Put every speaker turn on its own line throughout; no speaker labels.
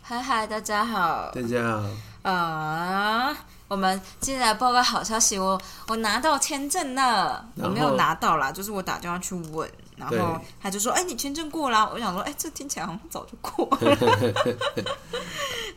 嗨嗨，大家好。
大家好，
啊，我们进来报个好消息，我我拿到签证了。
然
我
后
没有拿到啦，就是我打电话去问，然
对
后他就说：“哎、你签证过啦。”我想说：“哎、这听起来好像早就过 了。”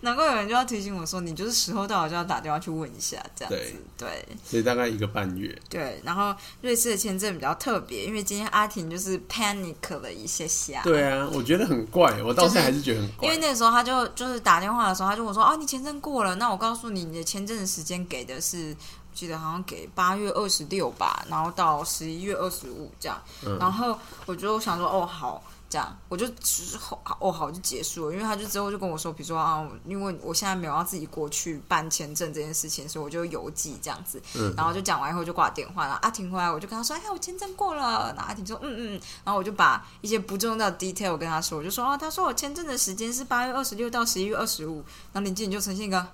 难怪有人就要提醒我说：“你就是时候到了就要打电话去问一下。”这样子，对
所以大概一个半月，
对。然后瑞士的签证比较特别，因为今天阿婷就是 panic 了一些下。
对啊，我觉得很怪，我到现在还是觉得很
因为
怪，
那个时候他就就是打电话的时候，他就跟我说：“啊，你签证过了。”那我告诉你，你的签证的时间给的是，我记得好像给八月二十六吧，然后到十一月二十五这样。然后我就想说：“哦，好。”这样，我就之后哦好就结束了，因为他就之后就跟我说，比如说啊，因为我现在没有要自己过去办签证这件事情，所以我就邮寄这样子。
嗯
然后就讲完以后就挂电话，然后阿婷回来，我就跟她说：“哎呀，我签证过了。”然后阿婷说：“嗯嗯。”然后我就把一些不重要的 detail 跟她说，我就说：“哦，她说我签证的时间是八月二十六到十一月二十五。”然后林经理就呈现一个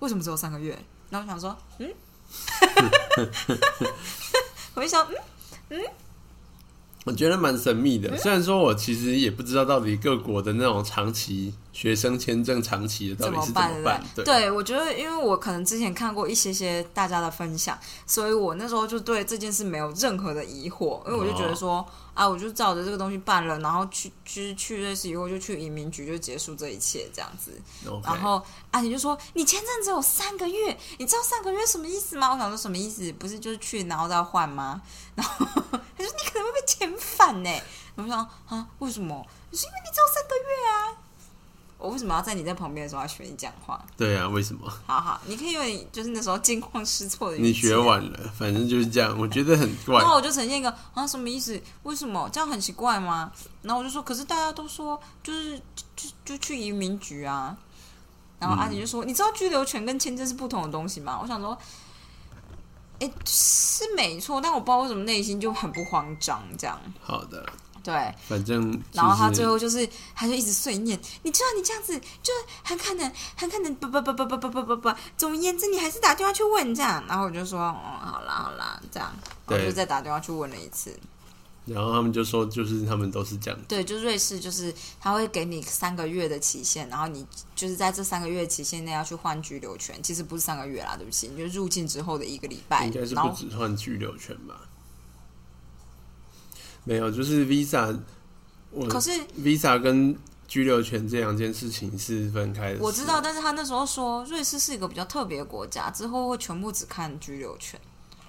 为什么只有三个月？然后我想说：“嗯， 我就想嗯，
我觉得蛮神秘的。虽然说我其实也不知道到底各国的那种长期学生签证长期的到
怎
底
么
是怎
办？
么办，
对不对
对，
对，我觉得因为我可能之前看过一些些大家的分享，所以我那时候就对这件事没有任何的疑惑，因为我就觉得
哦
说、啊，我就照着这个东西办了，然后去去去瑞士以后就去移民局就结束这一切这样子。
OK
然后阿婷就说：“你签证只有三个月，你知道三个月什么意思吗？”我想说什么意思？不是就是去然后再换吗？ 然后他说：“你可能会被遣返呢。”然后我想啊，为什么？就是因为你只有三个月啊。我为什么要在你在旁边的时候要学你讲话？
对啊，为什么？
好好，你可以用你就是那时候惊慌失措的语气。
你学晚了，反正就是这样，我觉得很怪
然。后我就呈现一个啊什么意思？为什么这样很奇怪吗？然后我就说，可是大家都说就是就就就去移民局啊。然后阿姐就说：“你知道居留权跟签证是不同的东西吗？”我想说，哎、是没错，但我不知道为什么内心就很不慌张这样。
好的，
对，
反正就是
然后他最后就是，他就一直碎念，你知道你这样子就是很可能，很可能不不不不不不不不不，总而言之，你还是打电话去问这样。然后我就说，哦，好啦好啦，这样，我
对
就再打电话去问了一次。
然后他们就说，就是他们都是这样，
对，就瑞士就是他会给你三个月的期限，然后你就是在这三个月期限内要去换居留权，其实不是三个月啦，对不起，你就入境之后的一个礼拜
应该，是
哎然
不
后
止换居留权吧？没有，就是 Visa，我
可是
Visa 跟居留权这两件事情是分开的事。
我知道，但是他那时候说瑞士是一个比较特别的国家，之后会全部只看居留权。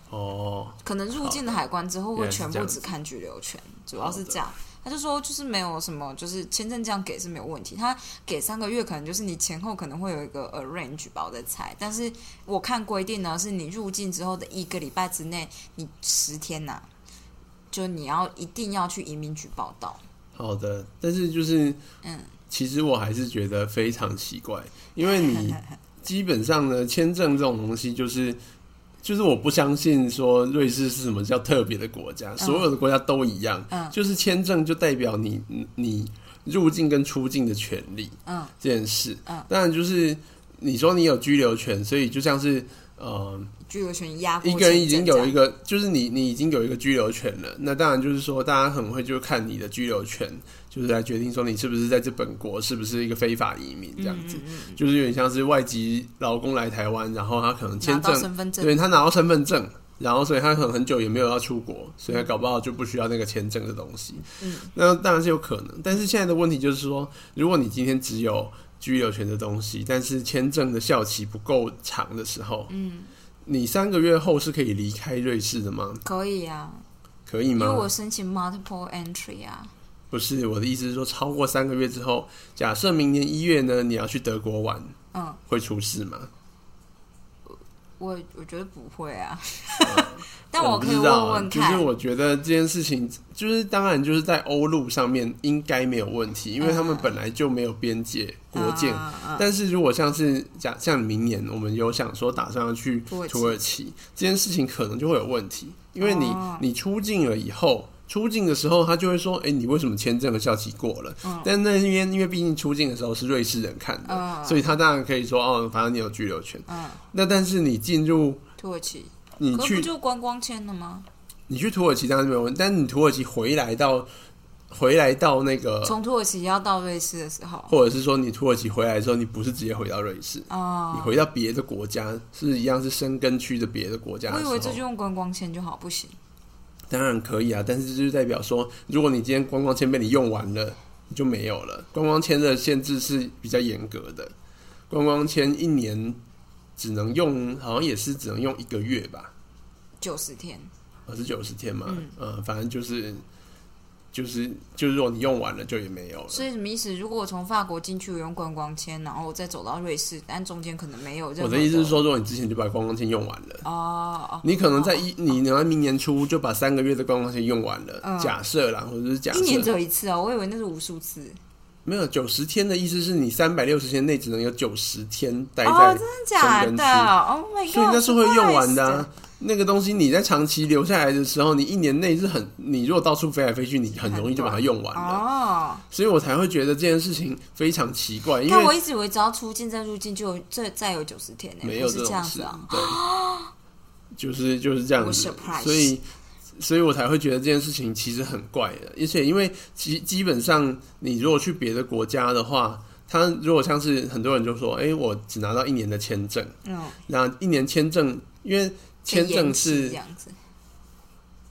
哦，
可能入境的海关之后会
原来是
全
这
部
样
只
子
看居留权，主要是
好的
这样。他就说就是没有什么，就是签证这样给是没有问题。他给三个月，可能就是你前后可能会有一个 arrange 吧，我在猜。但是我看规定呢，是你入境之后的一个礼拜之内，你十天呐、就你要一定要去移民局报道。
好的，但是就是
嗯，
其实我还是觉得非常奇怪，因为你基本上呢，签证这种东西就是。就是我不相信说瑞士是什么叫特别的国家，所有的国家都一样。
嗯
就是签证就代表你你你入境跟出境的权利。
嗯，
这件事。
嗯
当然就是你说你有居留权，所以就像是呃，
居留权压过
一个人
签
已经
证这
有
样
一个，就是你你已经有一个居留权了。那当然就是说，大家很会就看你的居留权，就是来决定说你是不是在这本国是不是一个非法移民
嗯
这样子。就是有点像是外籍劳工来台湾，然后他可能
拿
签
到
证，
身份证，
对他拿到身份证。然后，所以他可能很久也没有要出国，所以他搞不好就不需要那个签证的东西。
嗯，
那当然是有可能，但是现在的问题就是说，如果你今天只有居留权的东西，但是签证的效期不够长的时候，嗯，你三个月后是可以离开瑞士的吗？
可以啊，
可以
因为我
吗？
申请 multiple entry 啊。
不是，我的意思是说，超过三个月之后，假设明年一月呢，你要去德国玩，
嗯，
会出事吗？
我我觉得不会啊， 但我
嗯不
可以
知道
问
啊
问
就
看。
是我觉得这件事情，就是当然就是在欧陆上面应该没有问题，因为他们本来就没有边界国境，
嗯嗯嗯
但是如果像是假像明年我们有想说打算要去
土耳其
土耳其这件事情，可能就会有问题，因为你、
哦
你出境了以后。出境的时候，他就会说：“哎、你为什么签证的效期过了？”但那边因为毕竟出境的时候是瑞士人看的，
嗯
所以他当然可以说：“哦，反正你有居留权。
嗯，
那但是你进入
土耳其，
你
可
去
不就观光签了吗？
你去土耳其当然没有问题，但你土耳其回来到回来到那个，
从土耳其要到瑞士的时候，
呃或者是说你土耳其回来的时候，你不是直接回到瑞士，
哦，
你回到别的国家是一样是生根区的别的国家的
我以
时
为这
候
就用观光签就好，不行。
当然可以啊，但是这就是代表说，如果你今天观光签被你用完了，你就没有了。观光签的限制是比较严格的，观光签一年只能用，好像也是只能用一个月吧，
九十天，
二十九十天嘛，
嗯
呃，反正就是就是就是，如果你用完了就也没有了。
所以什么意思？如果我从法国进去，我用观光签，然后我再走到瑞士，但中间可能没有任
我
何
的意思是，说，如果你之前就把观光签用完了。
哦哦，
你可能在一，你能在明年初就把三个月的观光签用完了，
嗯
假设啦，或者是假设
一年只有一次哦，我以为那是无数次。
没有九十天的意思是你三百六十天内只能有九十天待
哦，
在，
真的假
深
的
根
？Oh my god！
所以那是会用完的啊、
surprise
那个东西你在长期留下来的时候，你一年内是很，你如果到处飞来飞去，你很容易就把它啊用完了。
哦，
所以我才会觉得这件事情非常奇怪，因
但我
为
一直以为只要出境再入境就有这再有九十天呢，
没有
不是
这
这
种
样
事
子啊。。
对，就是就是这样
我
子，
surprise
所以。所以我才会觉得这件事情其实很怪的，而且因为基基本上你如果去别的国家的话，他如果像是很多人就说，哎、我只拿到一年的签证，
嗯，
那一年签证，因为签证
延期
是
这样子，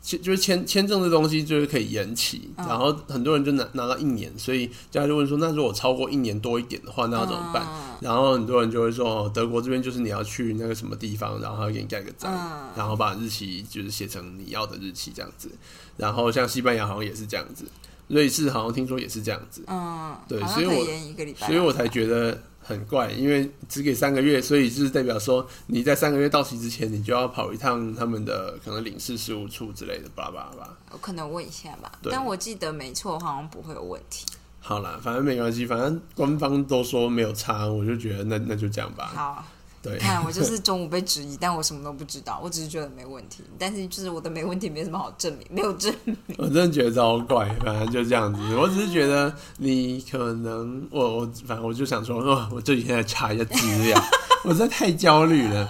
签就是签签证这东西就是可以延期，
嗯
然后很多人就拿拿到一年，所以大家就问说，那如果超过一年多一点的话，那要怎么办？
办？
然后很多人就会说，哦，德国这边就是你要去那个什么地方，然后他会给你盖个章，
嗯
然后把日期就是写成你要的日期这样子。然后像西班牙好像也是这样子，瑞士好像听说也是这样子，
嗯，
对
好像
所以
可
我
延一个礼拜，
所以我才觉得很怪，因为只给三个月，所以就是代表说你在三个月到期之前，你就要跑一趟他们的可能领事事务处之类的，巴拉巴拉巴拉。
我可能问一下吧，
对
但我记得没错，好像不会有问题。
好啦，反正没关系，反正官方都说没有差，我就觉得那那就这样吧。
好，
啊
啊
对，
看我就是中午被质疑，但我什么都不知道，我只是觉得没问题。但是就是我的没问题没什么好证明，没有证明。
我真的觉得超怪，反正就这样子。我只是觉得你可能，我我反正我就想说，哦，我这几天来查一下资料， 我实在太焦虑了。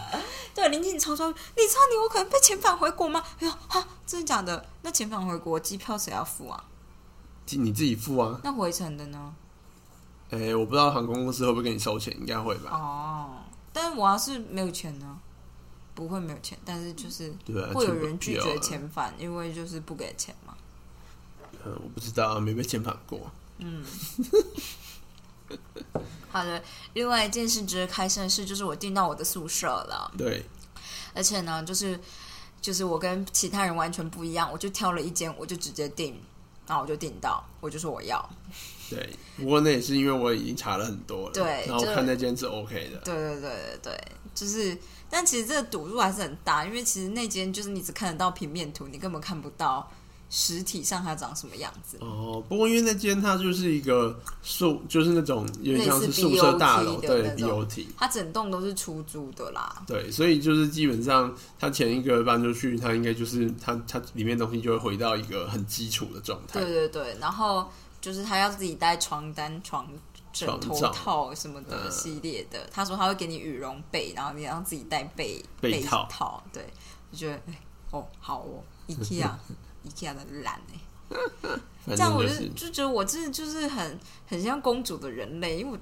对，林静超超，你知道你我可能被遣返回国吗？哎呦哈，真的假的？那遣返回国机票谁要付啊？
你自己付啊，
那回程的呢？
哎、我不知道航空公司会不会给你收钱，应该会吧？
哦，但我要是没有钱呢？不会没有钱，但是就是
对啊，
会有
就不
人拒
必要
绝
了
遣返，因为就是不给钱嘛。
嗯，我不知道啊，没被遣返过。
好的，另外一件事值得开心的事就是我订到我的宿舍了，
对，
而且呢，就是就是我跟其他人完全不一样，我就挑了一间，我就直接订，然后我就订到，我就说我要，
对，不过那也是因为我已经查了很多了，
对
然后
就
看那间是 OK 的，
对对对对对，就是，但其实这个赌注还是很大，因为其实那间就是你只看得到平面图，你根本看不到实体上它长什么样子。
哦，不过因为那间它就是一个宿，就是那种有点像是
类似
宿舍大
BOT
楼，
的
对
那种
BOT，
它整栋都是出租的啦，
对，所以就是基本上他前一个搬出去，他应该就是他他里面东西就会回到一个很基础的状态
对，对对，然后就是他要自己带床单、床枕
床
头
罩
套什么的
嗯
系列的。他说他会给你羽绒被，然后你要自己带被
被套
套。对，就觉得哎、哦好 哦，IKEA IKEA 的懒哎、这
反
样
正
我
就
就是就觉得我真的就是很很像公主的人类，因为我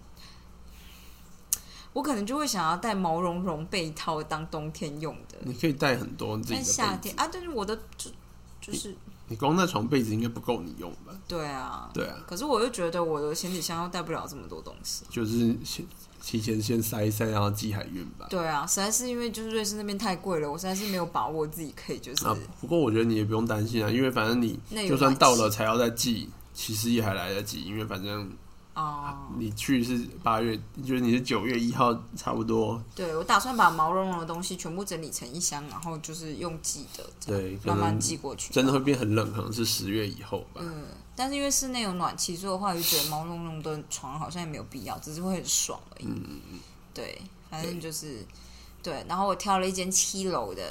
我可能就会想要带毛茸茸被套当冬天用的，
你可以带很多你自己
但
的
夏
被子，
天啊，但是我的就就是
你光那床被子应该不够你用吧？
对啊，
对啊，
可是我又觉得我的行李箱又带不了这么多东西。
就是先提前先塞一塞，然后寄海运吧。
对啊，实在是因为就是瑞士那边太贵了，我实在是没有把握自己可以就是、
啊，不过我觉得你也不用担心啊，因为反正你
那有
就算到了才要再寄，其实也还来得及，因为反正
哦。
你去是八月，就是你是九月一号，差不多
对，我打算把毛茸茸的东西全部整理成一箱，然后就是用寄的，这样
对，可
慢慢
能
寄过去。
真的会变很冷，可能是十月以后吧。
嗯，但是因为室内有暖气，所以我后来就觉得毛茸茸的床好像也没有必要，只是会很爽而已。
嗯
对，反正就是对。然后我挑了一间七楼的，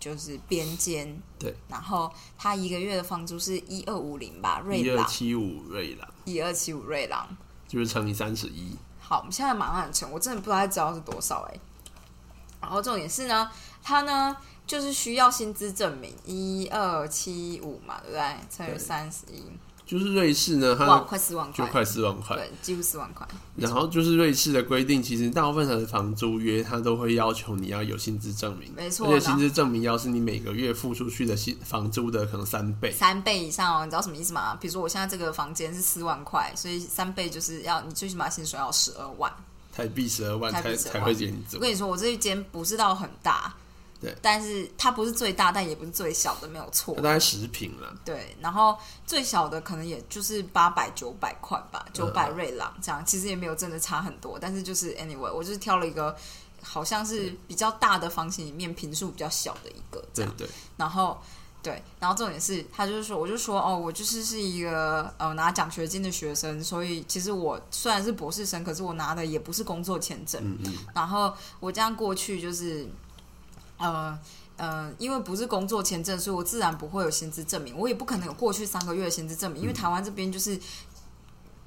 就是边间。
对。
然后它一个月的房租是一二五零吧，嗯瑞
一二
郎
七五瑞朗
一二七五瑞郎。
就是乘以三十一，
好，我们现在马上乘，我真的不太知道是多少哎、然后重点是呢，它呢就是需要薪资证明，一二七五嘛，对不对？乘以
对
三十一，
就是瑞士呢，它
哇，
的
快四万
就
块，
快四万块，
对，几乎四万块，
然后就是瑞士的规定，其实大部分的房租约它都会要求你要有薪资证明，
没错
而且薪资证明要是你每个月付出去的薪房租的可能三倍，
三倍以上哦，你知道什么意思吗？比如说我现在这个房间是四万块，所以三倍就是要你最起码薪水要十二万。
台币十二万
台币
才
12
才
万
会给你
我
租。
跟你说，我这一间不是到很大，
对，
但是它不是最大，但也不是最小的，没有错
它。大概十平啦，
对，然后最小的可能也就是八百九百块吧，九百瑞郎这样，其实也没有真的差很多，但是就是 anyway，我就是挑了一个好像是比较大的房型里面平数比较小的一个这
对
样，
对，
然后。对，然后重点是，他就是说，我就说，哦，我就是是一个呃拿奖学金的学生，所以其实我虽然是博士生，可是我拿的也不是工作签证，
嗯嗯，
然后我这样过去就是，呃呃，因为不是工作签证，所以我自然不会有薪资证明，我也不可能有过去三个月的薪资证
嗯
明，因为台湾这边就是。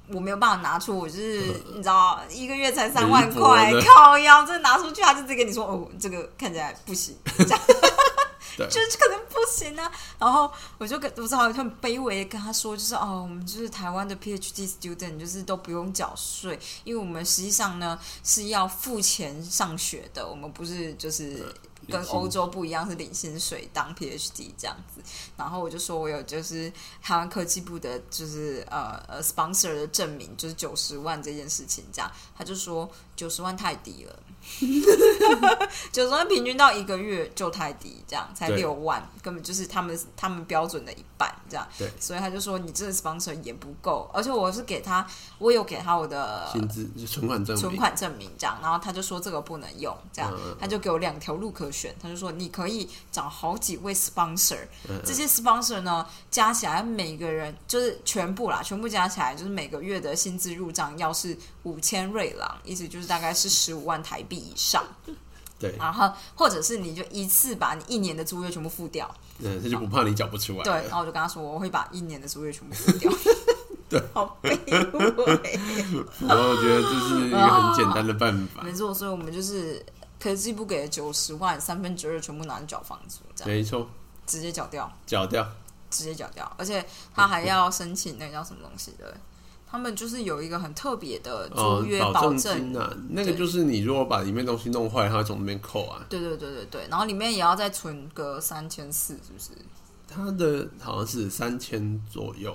我没有办法拿出，我就是你知道，一个月才三万块
呃微薄，的
靠腰，这拿出去，他就直接跟你说，哦，这个看起来不行，这样
对
就是可能不行啊。然后我就跟我只好很卑微的跟他说，就是哦，我们就是台湾的 PhD student，就是都不用缴税，因为我们实际上呢是要付钱上学的，我们不是就是跟
领薪
欧洲不一样，是领薪水当 PhD 这样子。然后我就说我有就是台湾科技部的，就是呃呃 sponsor 的证明，就是九十万这件事情这样。他就说九十万太低 了。九十万平均到一个月就太低，这样才
对
六万，根本就是他们他们标准的一半这样。
对
所以他就说你这个 sponsor 也不够，而且我是给他，我有给他我的
薪资就存款证
存
明，
款证明这样，然后他就说这个不能用，这样
嗯嗯嗯
他就给我两条路可选，他就说你可以找好几位 sponsor，
嗯
这些 sponsor 呢加起来每个人就是全部啦，全部加起来就是每个月的薪资入账要是五千瑞郎，意思就是大概是十五万台币以上，
对，
然后或者是你就一次把你一年的租约全部付掉，
嗯，他就不怕你缴不出来，
对，然，后我就跟他说我会把一年的租约全部付 掉，对， 好卑微。
然后我觉得这是一个很简单的办法
没，错，所以我们就是科技部给的九十万，三分之二全部拿去缴房租，这样
没错，
直接缴掉，
缴掉，
直接缴掉，而且他还要申请那个叫什么东西的，他们就是有一个很特别的租
哦
约，
保
保证。
金啊，那个
对
就是你如果把里面东西弄坏，他会从那边扣啊，
对对对对对，然后里面也要再存个三千四，是不是？
它的好像是三千左右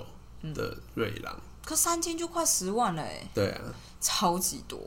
的瑞郎，
可三千就快十万了哎，
对啊。
超级多！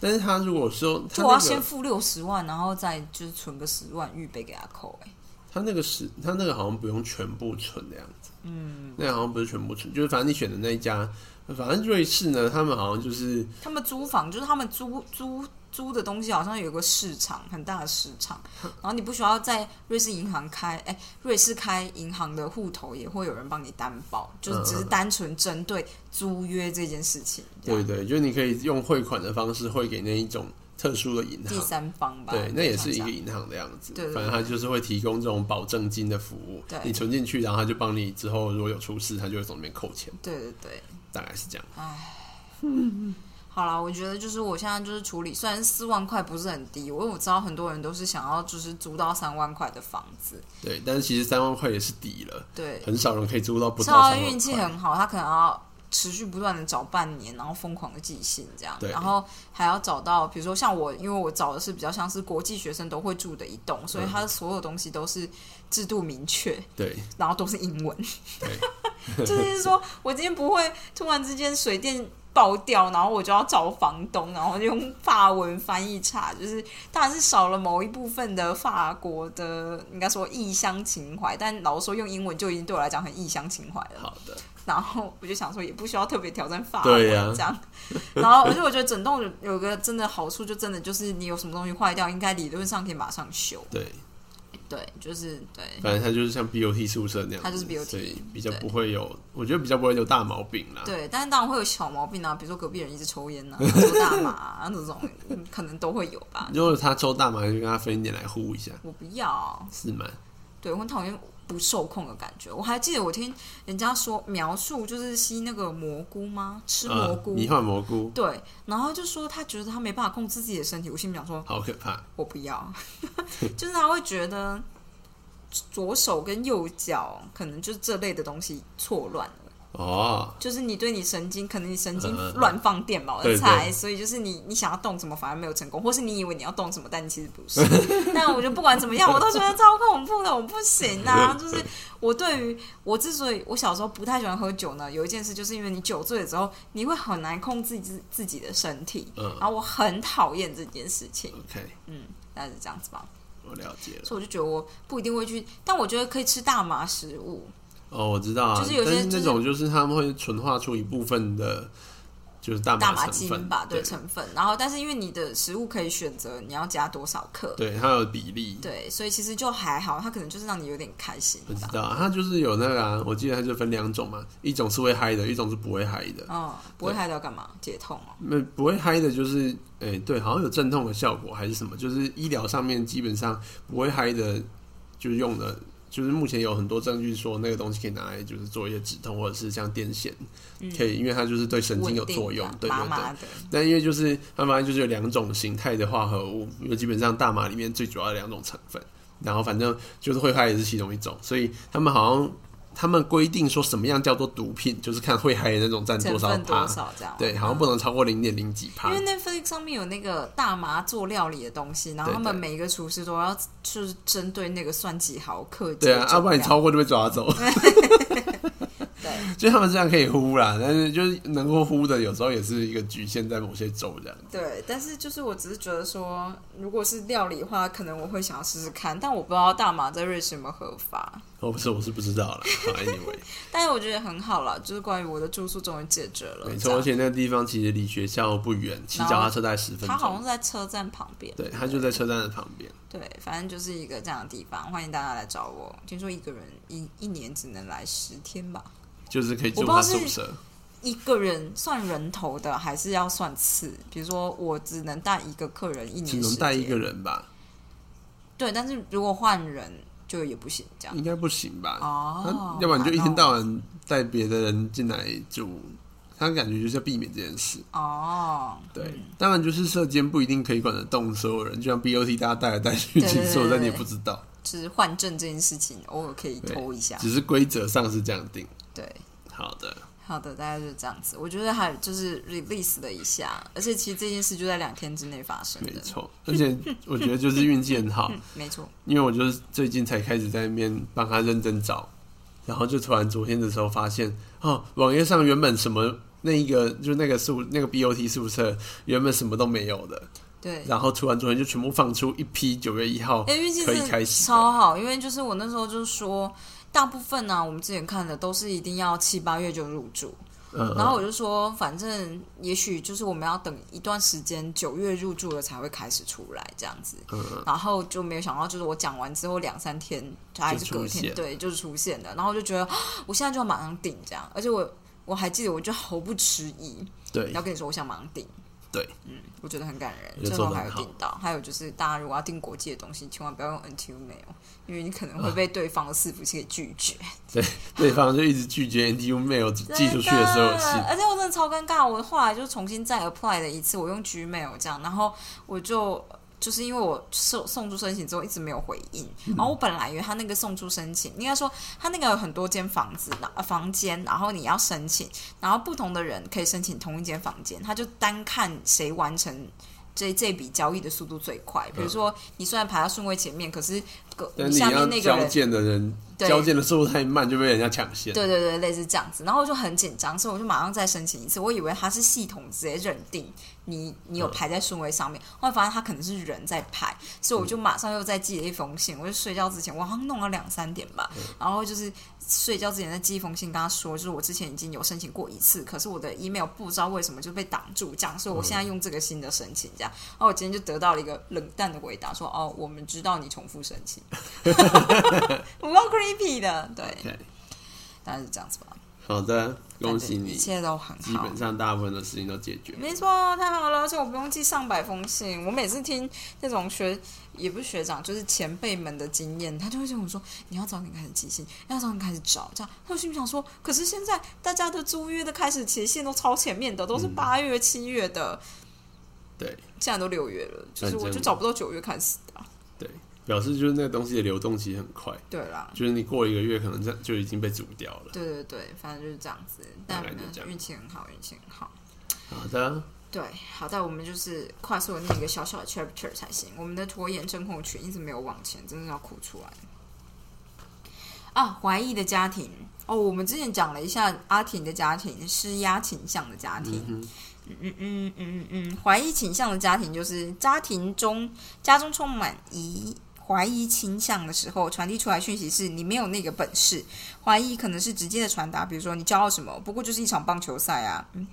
但是他如果说他
就我要
那
啊先
个
付六十万，然后再就是存个十万预备给他扣哎。
他那个是他那个好像不用全部存的样子，嗯，那个好像不是全部存，就是反正你选的那一家，反正瑞士呢，他们好像就是
他们租房就是他们租租租的东西好像有个市场，很大的市场，
嗯
然后你不需要在瑞士银行开，哎、瑞士开银行的户头也会有人帮你担保，就是只是单纯针对租约这件事情，这样
对对，就是你可以用汇款的方式汇给那一种特殊的银
第
行。
三方吧，
对，那也是一
这
个
样
银行的样子，
对对对
反正他就是会提供这种保证金的服务
对，
你存进去，然后他就帮你之后如果有出事，他就会从里面扣钱，
对对对。
大概是这
嗯
样。
好啦，我觉得就是我现在就是处理，虽然四万块不是很低，因为我知道很多人都是想要就是租到三万块的房子，
对，但是其实三万块也是底了，
对，
很少人可以租到不到
超
三万
运气
块
很好，他可能要持续不断的找半年，然后疯狂的寄信这样，
对
然后还要找到，比如说像我，因为我找的是比较像是国际学生都会住的一栋，
嗯
所以他的所有东西都是制度明确，
对
然后都是英文，
对
就是说我今天不会突然之间水电。爆掉，然后我就要找房东，然后用法文翻译查，就是当然是少了某一部分的法国的，应该说异乡情怀，但老实说用英文就已经对我来讲很异乡情怀了。
好的，
然后我就想说，也不需要特别挑战法文
对呀
这样。然后，而且我觉得整栋有有个真的好处，就真的就是你有什么东西坏掉，应该理论上可以马上修。
对，
对，就是对，
反正它就是像 BOT 宿舍那样子，
它嗯就是 BOT
所以比较
对
不会有，我觉得比较不会有大毛病啦。
对，但是当然会有小毛病啊，比如说隔壁人一直抽烟啊、抽大麻啊那种，嗯可能都会有吧。
如果他抽大麻，就跟他分一点来呼一下，
我不要，
是吗？
对我很讨厌不受控的感觉。我还记得我听人家说描述，就是吸那个蘑菇吗？吃蘑菇，
嗯、你换蘑菇，
对，然后就说他觉得他没办法控制自己的身体，我心里想说，
好可怕。
我不 要，就是他会觉得左手跟右脚可能就是这类的东西错乱了，
哦，
就是你对你神经，可能你神经
嗯嗯嗯
乱放电吧，我
对
在
对
猜，所以就是你你想要动什么反而没有成功，或是你以为你要动什么，但你其实不 是。但我觉得不管怎么样，我都觉得超恐怖的，我不行 啊！就是我对于我之所以我小时候不太喜欢喝酒呢，有一件事就是因为你酒醉了之后，你会很难控制自自己的身体，
嗯
然后我很讨厌这件事情，
，OK，
嗯，大概是这样子吧。
我了解了。
所以我就觉得我不一定会去，但我觉得可以吃大麻食物，
哦，我知道啊，
就是有些
但是
就是
那种就是他们会纯化出一部分的，就是大
大麻
麻成
精
分
吧，对
对
成分。然后，但是因为你的食物可以选择你要加多少克，
对，它有比例。
对，所以其实就还好，它可能就是让你有点开心
不知
吧。
道啊，它就是有那个啊，我记得它就分两种嘛，一种是会嗨的，一种是不会嗨的。
嗯，不会嗨的要干嘛？解痛哦。
那不会嗨的，就是诶、对，好像有镇痛的效果还是什么，就是医疗上面基本上不会嗨的，就是用的，就是目前有很多证据说那个东西可以拿来就是做一些止痛，或者是像癫痫，可以，因为它就是对神经有作用
嗯稳定，
对
的麻
对对
麻。的，
但因为就是它反正就是有两种形态的化合物，因为基本上大麻里面最主要的两种成分，然后反正就是会嗨也是其中一种，所以他们好像他们规定说什么样叫做毒品，就是看会嗨的那种占
成
多少
分
趴
多，少这样？
对，好像
嗯
不能超过零点零几趴
因为。Netflix 上面有那个大麻做料理的东西，然后他们
对对
每一个厨师都要就是针对那个算几毫克。
对啊，要、不然你超过就被抓走。
对，
就他们这样可以呼啦，但是就是能够呼的，有时候也是一个局限在某些州这样。
对，但是就是我只是觉得说，如果是料理的话，可能我会想要试试看，但我不知道大麻在瑞士有没有合法。
哦，不是，我是不知道了。好 anyway，
但是我觉得很好啦，就是关于我的住宿终于解决了。
没
这
错，
样
而且那个地方其实离学校不远，骑
然
脚
后
踏车大概十分
它好像
钟。
是在车站旁边。
对，它就在车站的旁边。
对，反正就是一个这样的地方，欢迎大家来找我。听说一个人一一年只能来十天吧，
就是可以住
我不知道
他
是
宿舍。
一个人算人头的，还是要算次？比如说我只能带一个客人一
只
年，
能带一个。人吧，
对，但是如果换人就也不行这样。
应该不行吧？
哦
他，嗯啊要不然你就一
好
天
那
到晚带别的人进来住，他感觉就是要避免这件事。
哦，
对，当然就是射箭不一定可以管得动所有人，就像 BOT 大家带来带去，
对对
其实所有
对对
人也
对
不知道，
就是换证这件事情，偶尔可以偷一下。
只是规则上是这样定。
对，
好的，
好的，大概就是这样子。我觉得还就是 release 了一下，而且其实这件事就在两天之内发生
没
的。
错。而且我觉得就是运气很好，
没错，
因为我就是最近才开始在那边帮他认真找，然后就突然昨天的时候发现，哦，网页上原本什么那一个就那个宿那个 BOT 宿舍原本什么都没有的，
对。
然后突然昨天就全部放出一批九月一号
哎、运气
可以
真
开
的
始
超好，因为就是我那时候就说，大部分呢、啊我们之前看的都是一定要七八月就入住，
嗯，
然后我就说，反正也许就是我们要等一段时间，九月入住了才会开始出来这样子。
嗯
然后就没有想到，就是我讲完之后两三天，就还是
就出
隔天，
现
对，就是出现的。然后我就觉得，啊我现在就要马上订这样，而且我我还记得，我就毫不迟疑，
对
要跟你说我想马上订。
对，
嗯，我觉得很感人，
我觉
最
得
后
做得
还
很
有
好
订到。还有就是，大家如果要订国际的东西，千万不要用 NTU mail，因为你可
嗯
能会被对方的伺服器给拒绝。
对方就一直拒绝 NTU mail 寄出去的所有
真的
信，
而且我真的超尴尬，我后来就重新再 apply 了一次，我用 Gmail 这样，然后我就。就是因为我送送出申请之后一直没有回应，
嗯
然后我本来以为他那个送出申请，应该说他那个有很多间房子呃房间，然后你要申请，然后不同的人可以申请同一间房间，他就单看谁完成这这笔交易的速度最快。比如说你虽然排到顺位前面，可是个
嗯但你
下
要
面那个
交
人
件的人
对
交件的速度太慢，就被人家抢先。
对对对，类似这样子。然后我就很紧张，所以我就马上再申请一次。我以为他是系统直接认定你你有排在顺位上面，后来发现他可能是人在排，所以我就马上又再寄了一封信。我就睡觉之前，我好像弄了两三点吧，然后就是睡觉之前再寄一封信跟他说，就是我之前已经有申请过一次，可是我的 email 不知道为什么就被挡住，这样，所以我现在用这个新的申请这样。然后我今天就得到了一个冷淡的回答，说哦，我们知道你重复申请， 我够 creepy 的，对。
OK，
大概是这样子吧。
好的，恭喜
反正
你
一，切都很
基
好
本。上大部分的事情都解决。
没错，太好了，而且我不用寄上百封信。我每次听那种学，也不是学长，就是前辈们的经验，他就会跟我说：“你要早点开始寄信，要早点开始找。”这样，那我心里想说：“可是现在大家的租约的开始期限都超前面的，都是八月、七月的，
嗯对，
现在都六月了，就是
反
我
正
就找不到九月开始的啊、
对，表示就是那个东西的流动其实很快，
对啦，
就是你过一个月可能这就已经被煮掉了。
对对对，反正就是这样子。但
大概就这样
运气很好，运气很好。
好的，
对，好在我们就是快速的念一个小小的 chapter 才行。我们的拖延症候群一直没有往前，真的要哭出来。啊，怀疑的家庭哦，我们之前讲了一下阿婷的家庭，施压倾向的家庭。
嗯哼，
嗯嗯嗯嗯嗯，怀疑倾向的家庭就是家庭中家中充满疑怀疑倾向的时候，传递出来讯息是你没有那个本事。怀疑可能是直接的传达，比如说你骄傲什么，不过就是一场棒球赛啊，嗯，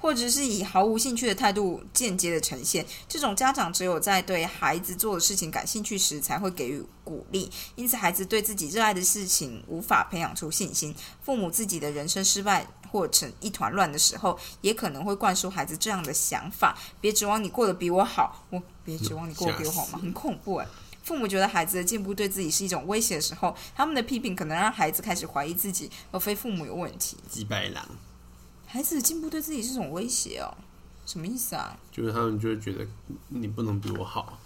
或者是以毫无兴趣的态度间接的呈现。这种家长只有在对孩子做的事情感兴趣时才会给予鼓励，因此孩子对自己热爱的事情无法培养出信心。父母自己的人生失败或成一团乱的时候，也可能会灌输孩子这样的想法：别指望你过得比我好，我别指望你过得比我好嘛，很恐怖哎、父母觉得孩子的进步对自己是一种威胁的时候，他们的批评可能让孩子开始怀疑自己，而非父母有问题。
几百狼，
孩子的进步对自己是一种威胁哦，什么意思啊？
就是他们就会觉得你不能比我好，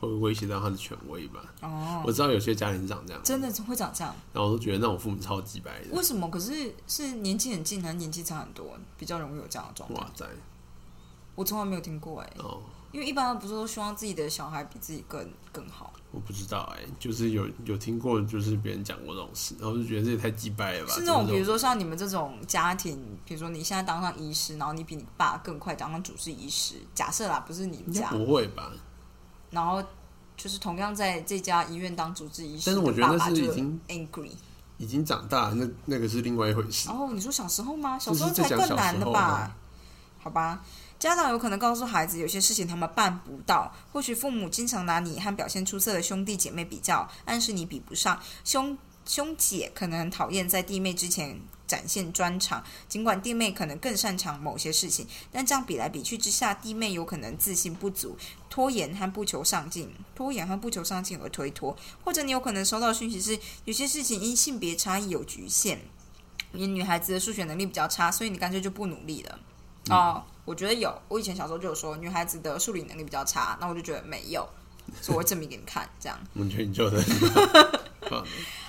会威胁到他的权威吧。
哦，
我知道有些家庭是长这样，
真的会长这样？
然后我都觉得那种父母超级白的
为，什么？可是是年纪很近还是年纪差很多，比较容易有这样的状态？
哇塞，
我从来没有听过哎，
哦，
因为一般不是都希望自己的小孩比自己更更好，
我不知道哎、就是有有听过，就是别人讲过这种事，然后就觉得这也太鸡掰了吧，
是那种
怎么
比如
这
说像你们这种家庭，比如说你现在当上医师，然后你比你爸更快当上主治医师，假设啦，不是你们
应
家
该，不会吧？
然后就是同样在这家医院当主治医师，
但是我觉得
爸
那
爸
是已
就
经
angry。
已经长大了，那那个是另外一回事。
哦，你说小时候吗？小
就是
时候
在
才
讲
更
小
难
时
的
候
吧
啊？
好吧，家长有可能告诉孩子，有些事情他们办不到。或许父母经常拿你和表现出色的兄弟姐妹比较，暗示你比不上兄兄姐，可能很讨厌在弟妹之前。展现专长，尽管弟妹可能更擅长某些事情，但这样比来比去之下，弟妹有可能自信不足，拖延和不求上进，拖延和不求上进而推脱，或者你有可能收到讯息是有些事情因性别差异有局限，你女孩子的数学能力比较差，所以你干脆就不努力了。哦，我觉得有，我以前小时候就有说女孩子的数理能力比较差，那我就觉得没有，所以我会证明给你看。这样，
我觉得你就在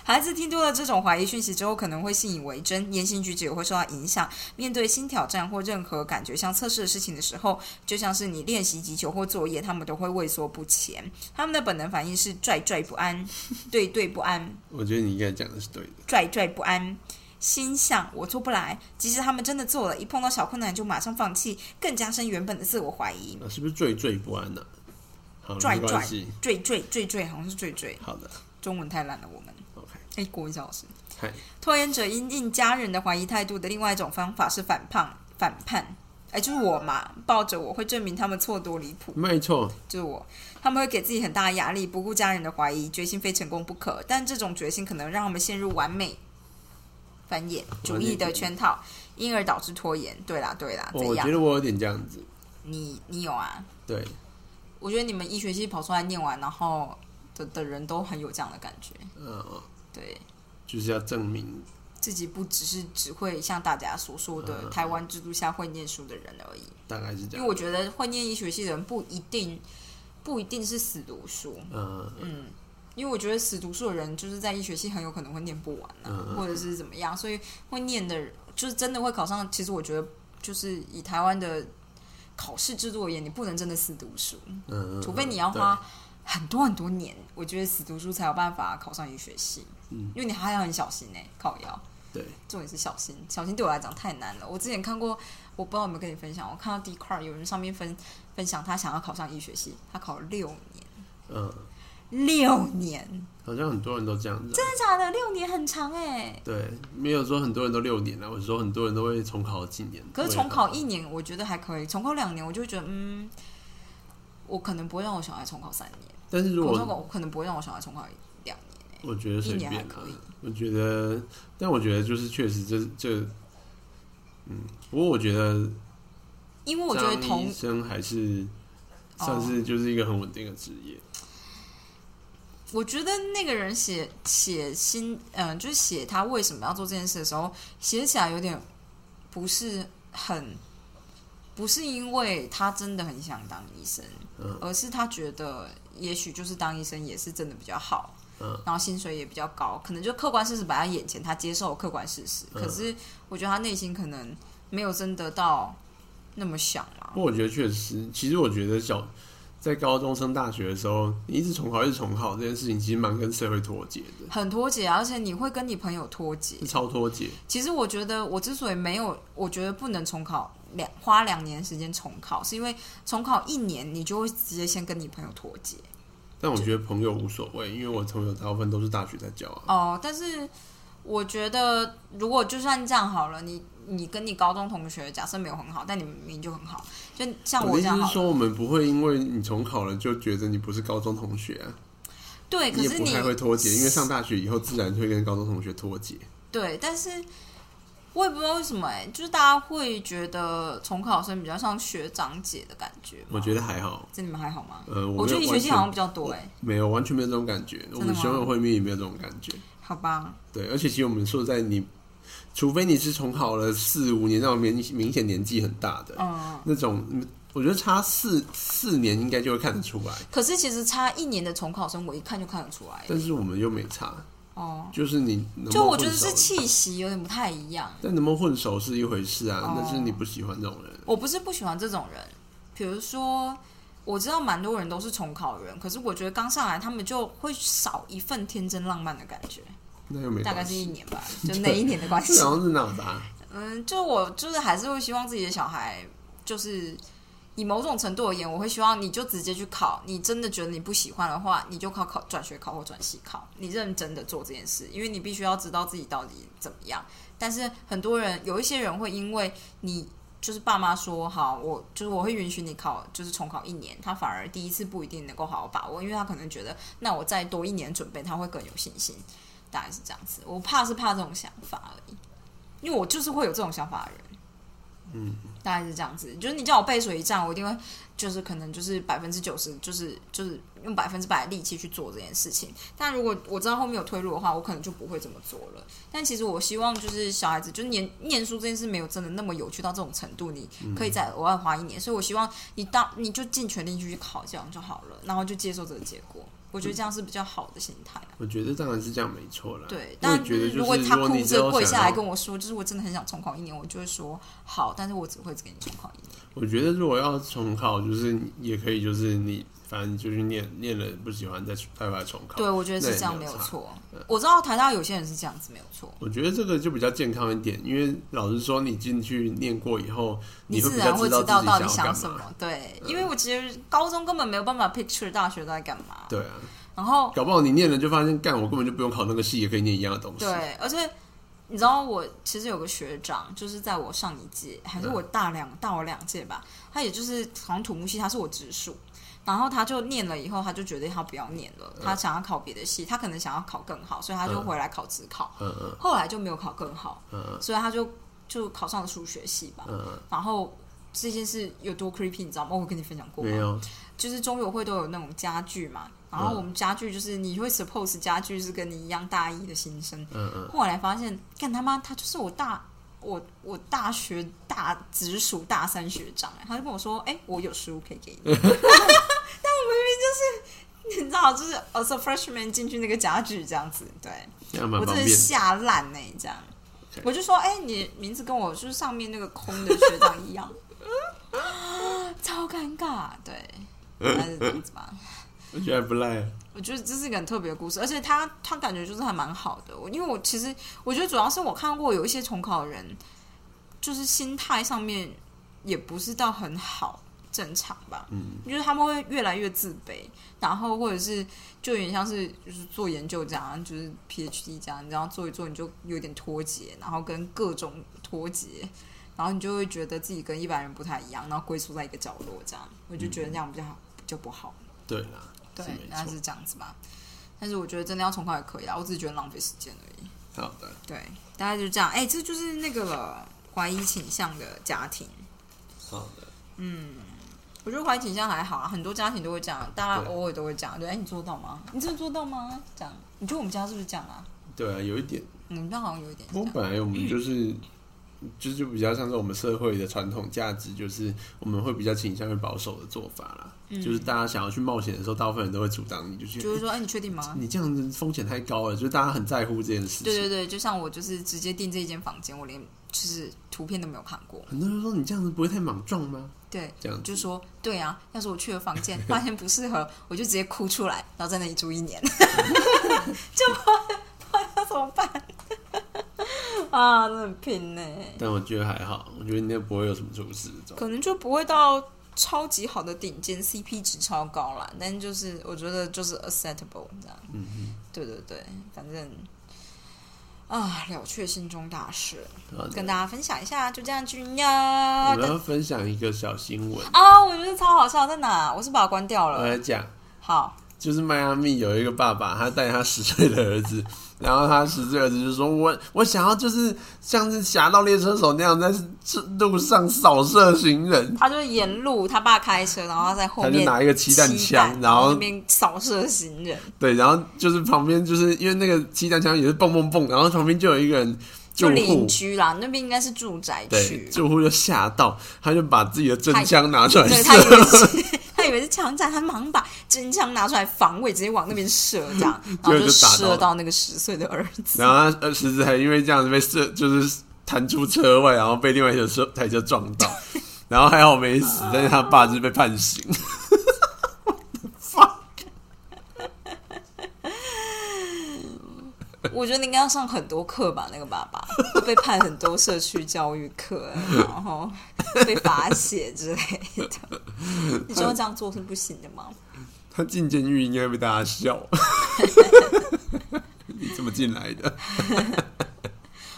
孩子听多了这种怀疑讯息之后，可能会信以为真，言行举止也会受到影响。面对新挑战或任何感觉像测试的事情的时候，就像是你练习击球或作业，他们都会畏缩不前。他们的本能反应是惴惴不安，对对不安，
我觉得你应该讲的是对的。
惴惴不安。心想我做不来，即使他们真的做了，一碰到小困难就马上放弃，更加深原本的自我怀疑。
啊，是不是惴惴不安呢、好，
拽
没关系。
坠坠坠坠，好像是坠坠，
好的
中文太烂了，我们。
，OK，
哎，国文小老师。
嗨，
拖延者因应家人的怀疑态度的另外一种方法是反叛，反叛。哎，就是我嘛，抱着我会证明他们错多离谱，
没错，
就是我。他们会给自己很大的压力，不顾家人的怀疑，决心非成功不可。但这种决心可能让他们陷入完美繁衍主义的圈套，因而导致拖延。对啦，对啦，
我
这
哦我
样
觉得我有点这样子，
你你有啊？
对，
我觉得你们一学期跑出来念完，然后的的人都很有这样的感觉，
嗯、嗯
对。
就是要证明，
自己不只是只会像大家所说的
嗯
台湾制度下会念书的人而已，
大概是
因
这样
为。我觉得会念医学系的人不一定不一定是死读书，
嗯
嗯，因为我觉得死读书的人就是在医学系很有可能会念不完啊，
嗯
或者是怎么样，所以会念的人就是真的会考上。其实我觉得就是以台湾的考试制度而言，你不能真的死读书，
嗯嗯，
除非你要花很多很多年，我觉得死读书才有办法考上医学系，
嗯
因为你还要很小心呢、考腰。
对，
重点是小心，小心对我来讲太难了。我之前看过，我不知道有没有跟你分享，我看到 d c a r 有人上面分分享他想要考上医学系，他考了六年，
对，嗯，
六年，
好像很多人都这样子啊、
真的假的？六年很长哎、
对，没有说很多人都六年了，我是说很多人都会重考几年。
可是重考一年，我觉得还可以；重考两年，我就会觉得嗯，我可能不会让我小孩重考三年，
但是如
我
果
重考我可能不会让我小孩重考两年欸、
我觉得随
一年
便
还
啊
可以。
我觉得，但我觉得就是确实这这，嗯，不过我觉得
因为我觉得
当
同哦
医生还是算是就是一个很稳定的职业。
我觉得那个人写写心，嗯、就是写他为什么要做这件事的时候，写起来有点不是很不是因为他真的很想当医生，
嗯
而是他觉得也许就是当医生也是真的比较好，
嗯
然后薪水也比较高，可能就客观事实摆在眼前，他接受客观事实。
嗯
可是我觉得他内心可能没有真的到那么想啊
不。过我觉得确实，其实我觉得小在高中升大学的时候，你一直重考一直重考这件事情，其实蛮跟社会脱节的，
很脱节啊，而且你会跟你朋友脱节。
是超脱节。
其实我觉得，我之所以没有，我觉得不能重考两花两年时间重考，是因为重考一年，你就会直接先跟你朋友脱节。
但我觉得朋友无所谓，因为我从小大部分都是大学在交啊。
哦，但是我觉得，如果就算这样好了，你你跟你高中同学假设没有很好，但你们明明就很好，就像
我
我
的
这
意
样
思
好
是
了，
说，我们不会因为你重考了就觉得你不是高中同学啊，
对，哎可
你也
是
不
你
太会脱节，因为上大学以后自然会跟高中同学脱节。
对，但是我也不知道为什么哎、就是大家会觉得重考生比较像学长姐的感觉吧。
我觉得还好，
这你们还好吗？
呃，
我觉得
没有
医学
完
系
全
好像比较多哎、
没有完全没有这种感觉，我
真的
们
吗
学友会面也没有这种感觉。
好吧，
对，而且其实我们说实在你，除非你是重考了四五年那种明明显年纪很大的、
嗯。
那种，嗯我觉得差四四年应该就会看得出来。
可是其实差一年的重考生，我一看就看得出来。
但是我们又没差，
哦，
就是你能不
就
能
我觉得
混熟
是气息有点不太一样。
但能不能混熟是一回事啊，
哦
但是你不喜欢这种人，
我不是不喜欢这种人，比如说我知道蛮多人都是重考人，可是我觉得刚上来他们就会少一份天真浪漫的感觉，
那又没
大概
关
是一
系。
年吧，就那一年的关系
这。好像是哪吧？
嗯，就我就是还是会希望自己的小孩，就是以某种程度而言，我会希望你就直接去考。你真的觉得你不喜欢的话，你就考考转学考或转系考，你认真的做这件事，因为你必须要知道自己到底怎么样。但是很多人有一些人会因为你。就是爸妈说好，我就是我会允许你考，就是重考一年，他反而第一次不一定能够好好把握，因为他可能觉得那我再多一年准备，他会更有信心，大概是这样子。我怕是怕这种想法而已。因为我就是会有这种想法的人。嗯，大概是这样子。就是你叫我背水一战，我一定会，就是可能就是百分之九十，就是就是用百分之百的力气去做这件事情。但如果我知道后面有退路的话，我可能就不会这么做了。但其实我希望就是小孩子，就是念念书这件事没有真的那么有趣到这种程度，你可以再额外花一年。所以我希望你当你就尽全力去考，这样就好了，然后就接受这个结果。我觉得这样是比较好的心态啊、
我觉得当然是这样没错啦。
对，
我
但
也觉得就是
如果他
如
哭
果你之
着
后
跪
想
下来
要
跟我说，就是我真的很想重考一年，我就会说好，但是我只会只给你重考一年。
我觉得如果要重考，就是你也可以，就是你反正你就去念，念了不喜欢再去再回来重考。
对，我觉得
那
是
也
这样，没
没有
有
差
错。我知道台大有些人是这样子，没有错。
我觉得这个就比较健康一点，因为老实说，你进去念过以后，会
自
比
然
较
会
道
知
自己
到底
想要
想
干
什
嘛。
么，对，因为我其实高中根本没有办法 picture 大学都在干嘛，
对啊，
然后
搞不好你念了就发现，干我根本就不用考那个系，也可以念一样的东西。
对，而且你知道我其实有个学长，就是在我上一届，还是
嗯
我大两、大我两届吧，他也就是好像土木系，他是我直属。然后他就念了以后，他就决定他不要念了，他想要考别的系，他可能想要考更好，所以他就
嗯
回来考职考，
嗯嗯
后来就没有考更好，
嗯
所以他就就考上了数学系吧。
嗯
然后这件事有多 creepy，你知道吗？我跟你分享过
嗯，
吗
没？有，
就是中友会都有那种家具嘛，然后
嗯
我们家具就是你会 suppose 家具是跟你一样大一的新生，
嗯嗯，
后来发现，干他妈，他就是我大我我大学大直属大三学长，哎他就跟我说，哎、我有书可以给你。 但我明明就是，你知道，就是 as a freshman 进去那个家具这样子，对
这样蛮
我
方
真
便
的
的。
吓烂呢，欸这样
OK。
我就说，哎、你名字跟我就是上面那个空的学长一样， 嗯超尴尬，对，还是这样子吧。
我觉得还不赖。
我觉得这是一个很特别的故事，而且他他感觉就是还蛮好的。我因为我其实我觉得主要是我看过有一些重考的人，就是心态上面也不是到很好，正常吧。嗯，就是他们会越来越自卑，然后或者是就有点像是就是做研究这样，就是 PhD 这样，你知道做一做你就有点脱节，然后跟各种脱节。然后你就会觉得自己跟一般人不太一样，然后归宿在一个角落这样，我就觉得那样比较好，比较不好。
对啦，
对
是，没
那
错。
是这样子吧。但是我觉得真的要重考也可以啊啦，我只是觉得浪费时间而已。
好的，
对，大概就这样。哎、这就是那个了，怀疑倾向的家庭。嗯
好的。
我觉得怀疑倾向还好啊，很多家庭都会这样，大家
对
偶尔都会这样。对，哎、你做到吗？你真的做到吗？这样，你觉得我们家是不是这样啊？
对啊，有一点。
我们家好像有一点这
不过
样。
本来我们就是就就比较像是我们社会的传统价值，就是我们会比较倾向于保守的做法啦。就是大家想要去冒险的时候，大部分人都会阻挡你，就觉
就
得
是说，哎、你确定吗？
你这样子风险太高了，就是大家很在乎这件事情。
对对对，就像我就是直接订这一间房间，我连就是图片都没有看过。
很多人说你这样子不会太莽撞吗？
对，
这样子
就说对啊，要是我去了房 间发现不适合，我就直接哭出来，然后在那里住一 年，就不知道不知道怎么办 啊，那很拼呢、
但我觉得还好，我觉得你那不会有什么出事。这种
可能就不会到超级好的顶尖，CP 值超高啦，但就是我觉得就是 acceptable 这样。
嗯嗯，
对对对，反正啊，了却心中大事，
对吧
跟大家分享一下，就这样君呀
我。们要分享一个小新闻，
啊，我觉得超好笑，在哪？我是把它关掉
我
了。
来讲，
好，
就是迈阿密有一个爸爸，他带他十岁的儿子，然后他十岁儿子就说：“我我想要就是像是侠盗猎车手那样在路上扫射行人。
他就是沿路，他爸开车，然后他在”后
他就
面
拿一个
骑
气弹枪，
然
然
后那
后
边扫射行人，
对，然后就是旁边就是因为那个气弹枪也是蹦蹦蹦，然后旁边就有一个人
就
救
邻
护，
居啦，那边应该是住宅
对
区，。
救护就吓到，他就把自己的真枪拿出来
对他以为
射，
是， 他以为是枪战，他马上把真枪拿出来防卫，直接往那边射，这 样，然后
结果就打到
射
了
到那个十岁的儿子。
然后他呃狮子还因为这样子被射，就是弹出车外，然后被另外一台车台车撞 到，然后还好没死，
啊
但是他爸就是被判刑。
我觉得你应该要上很多课吧，那个爸爸会被判很多社区教育课，然后被罚写之类的。 你知道这样做是不行的吗？
他进监狱应该被大家笑。 你怎么进来的？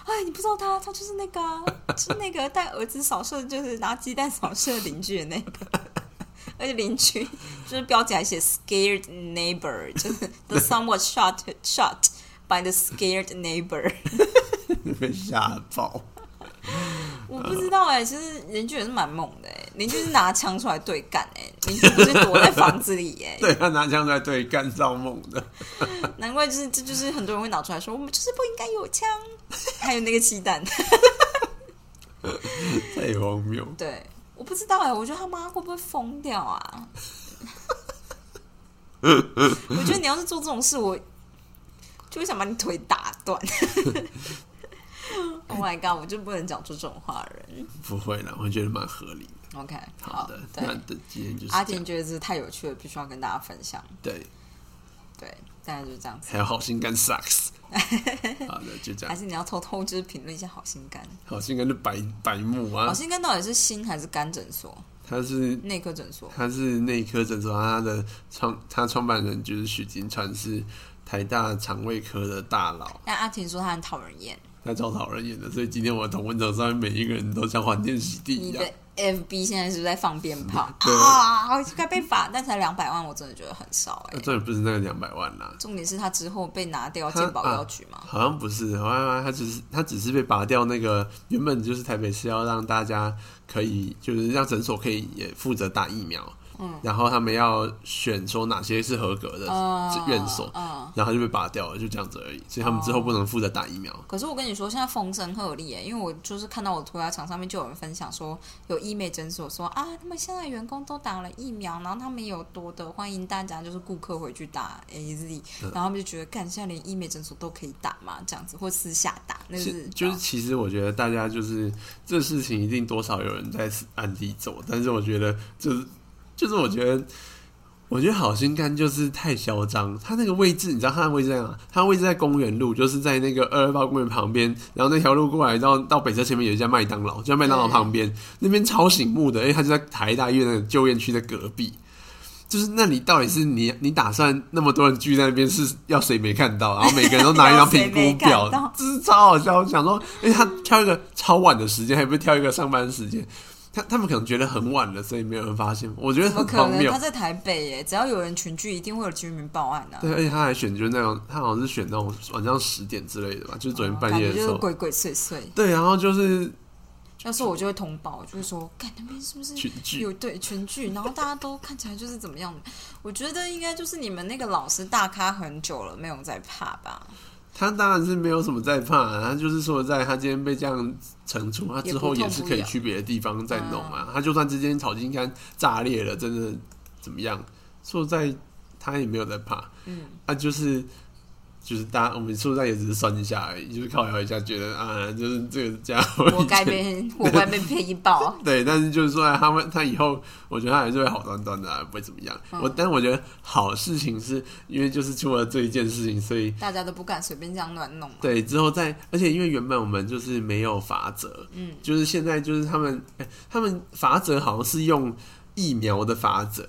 哎，你不知道他，他就是那个啊、 就是那个带儿子扫射，就是拿鸡蛋扫射邻居的那个。 而且邻居就是标题还写 “scared neighbor”，就是 the somewhat shot shot by the scared neighbor。
被吓爆。
我不知道哎、其实邻居也是蛮猛的哎、邻居是拿枪出来对干哎、邻居不是躲在房子里哎、
对他拿枪出来对干造梦的，
难怪就是这就是很多人会拿出来说，我们就是不应该有枪，还有那个鸡蛋。
太荒谬。
对，我不知道哎、我觉得他妈会不会疯掉啊？ 我觉得你要是做这种事，我就会想把你腿打断。oh my god！我就不能讲出这种话的人。
不会啦，我觉得蛮合理的。
OK，
好的，
对
那，的今天就是
阿
这
婷
样
觉得这太有趣了，必须要跟大家分享。
对，
对，大概就是这样子。
还有好心肝 sucks。好的，就这
还
样。
是你要偷偷就是评论一下好心肝？
好心肝是白白目啊
好，心肝到底是心还是肝诊所？
他是
内科诊所？
他是内科诊所，他的创他创办人就是许金川，是台大肠胃科的大佬，
但阿婷说她很讨人厌。
他招讨人厌的，所以今天我的同文层上面每一个人都像欢天喜地一
你
样嗯
的。FB 现在是不是在放鞭炮
对
啊？该被罚，但才两百万，我真的觉得很少哎、
那重点不是那个两百万啦，
重点是他之后被拿掉
他
健保药局嘛？
好像不是，好像他只是他只是被拔掉那个原本就是台北市要让大家可以就是让诊所可以也负责打疫苗，嗯，然后他们要选说哪些是合格的
啊
院所，
嗯。
然后他就被拔掉了，就这样子而已，所以他们之后不能负责打疫苗。
可是我跟你说，现在风声鹤唳哎，因为我就是看到我涂鸦墙上面就有人分享说，有医美诊所说啊，他们现在员工都打了疫苗，然后他们有多的欢迎大家就是顾客回去打 AZ，、然后他们就觉得，干，现在连医美诊所都可以打嘛，这样子或私下打，那个
是
是
就是，其实我觉得大家就是这事情一定多少有人在暗地做，但是我觉得就是就是我觉得，我觉得好心肝就是太嚣张。他那个位置，你知道他的位置在哪？他的位置在公园路，就是在那个二二八公园旁边，然后那条路过来到到北车前面有一家麦当劳，就在麦当劳旁边那边超醒目的，因为他就在台大医院的旧院区的隔壁。就是那里到底是你你打算那么多人聚在那边是要谁没看到，然后每个人都拿一张
要谁
评
没
估
看
表
到，
这是超好笑。我想说，因为他挑一个超晚的时间，还不是挑一个上班时间，他他们可能觉得很晚了，所以没有人发现。我觉得
怎么
很
可
荒
能？
谬
他。在台北耶，只要有人群聚，一定会有居民报案的、啊。
对，而且他还选就是那种，他好像是选那种晚上十点之类的吧，就是昨天半夜
哦感
的
觉
时
就是
候。
鬼鬼祟祟。
对，然后就是
要是我就会通报，我就会说，看那边是不是
群聚，
有对全剧，然后大家都看起来就是怎 么样？我觉得应该就是你们那个老师大咖很久了，没有在怕吧？
他当然是没有什么在怕、啊，他就是说在他今天被这样惩处，他之后也是可以去别的地方再弄啊。他就算之间草金杆炸裂了，真的怎么样？说在他也没有在怕，
嗯，
啊，就是就是大家我们说在也只是算一下而已，就是靠摇一下，觉得啊，就是这个家伙。
活该被活该被骗爆
对，但是就是说他们他以后，我觉得他还是会好端端的、啊，不会怎么样。
嗯
我但我觉得好事情是因为就是出了这一件事情，所以
大家都不敢随便这样乱弄嘛。
对之后再，而且因为原本我们就是没有法则，
嗯，
就是现在就是他们哎他们法则好像是用疫苗的法则。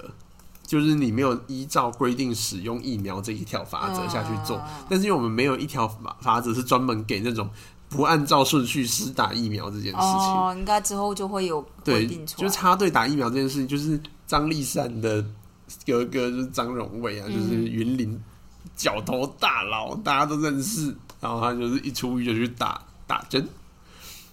就是你没有依照规定使用疫苗这一条法则下去做，
嗯
但是因为我们没有一条法法则是专门给那种不按照顺序施打疫苗这件事情，
哦，应该之后就会有规
对
定，出
就
来。
是插队打疫苗这件事情，就是张立善的有一个就是张荣伟
嗯
啊，就是云林角头大佬，大家都认识，然后他就是一出狱就去打打针。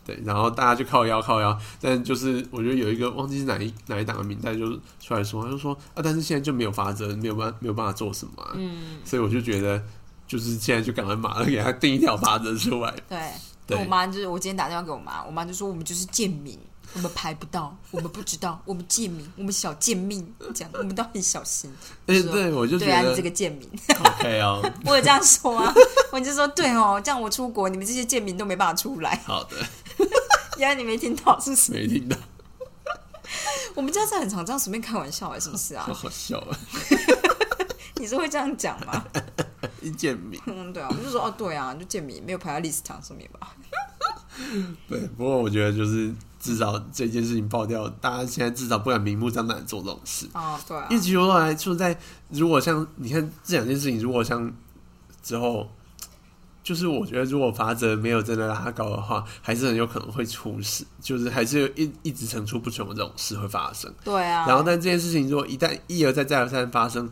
对，然后大家就靠腰靠腰，但就是我觉得有一个忘记是哪一哪一档的名单，就是出来说，他就说啊，但是现在就没有法则，没有办没有办法做什么、啊，
嗯，
所以我就觉得就是现在就赶快马上给他定一条法则出来，
对。
对
我妈就是我今天打电话给我妈，我妈就说我们就是贱民，我们排不到，我们不知道，我们贱民，我们小贱命，这样我们都很小心。
而且
是哦
对我就觉
对啊，
得
你这个贱民，
OK 哦，
我有这样说啊，我就说对哦，这样我出国，你们这些贱民都没办法出来。
好的，
原来你没听到是不是？
没听到，
我们家是很常这样随便开玩笑哎、是不是啊
好？好笑啊。
你是会这样讲吗？
一见面。
嗯，对啊，我们就说哦，对啊，就贱民没有排在历史堂上面吧？
对，不过我觉得就是至少这件事情爆掉，大家现在至少不敢明目张胆地做这种事。
哦，对啊
因，为其实后来就在，如果像你看这两件事情，如果像之后，就是我觉得如果罚则没有真的拉高的话，还是很有可能会出事，就是还是有一一直层出不穷的这种事会发生。
对啊。
然后，但这件事情如果一旦一而再再而三发生，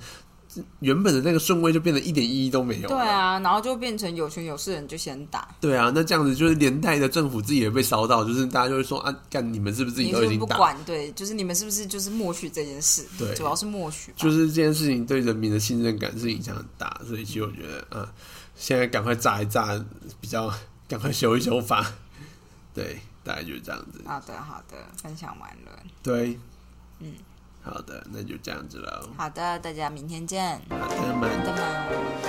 原本的那个顺位就变得一点意义都没有了。
对啊，然后就变成有权有势的人就先打，
对啊，那这样子就是连带的政府自己也被烧到，就是大家就会说啊，干你们是不是自己
你
都
是
已
不是
经
不
打？
管对，就是你们是不是就是默许这件事？
对
主要是默许吧。
就是这件事情对人民的信任感是影响很大，所以其实我觉得啊，现在赶快炸一炸，比较赶快修一修法， 对，大概就是这样子，
好的，好的，分享完了，
对，
嗯，
好的，那就这样子了，
好的，大家明天见，
好，朋友们。
拜拜。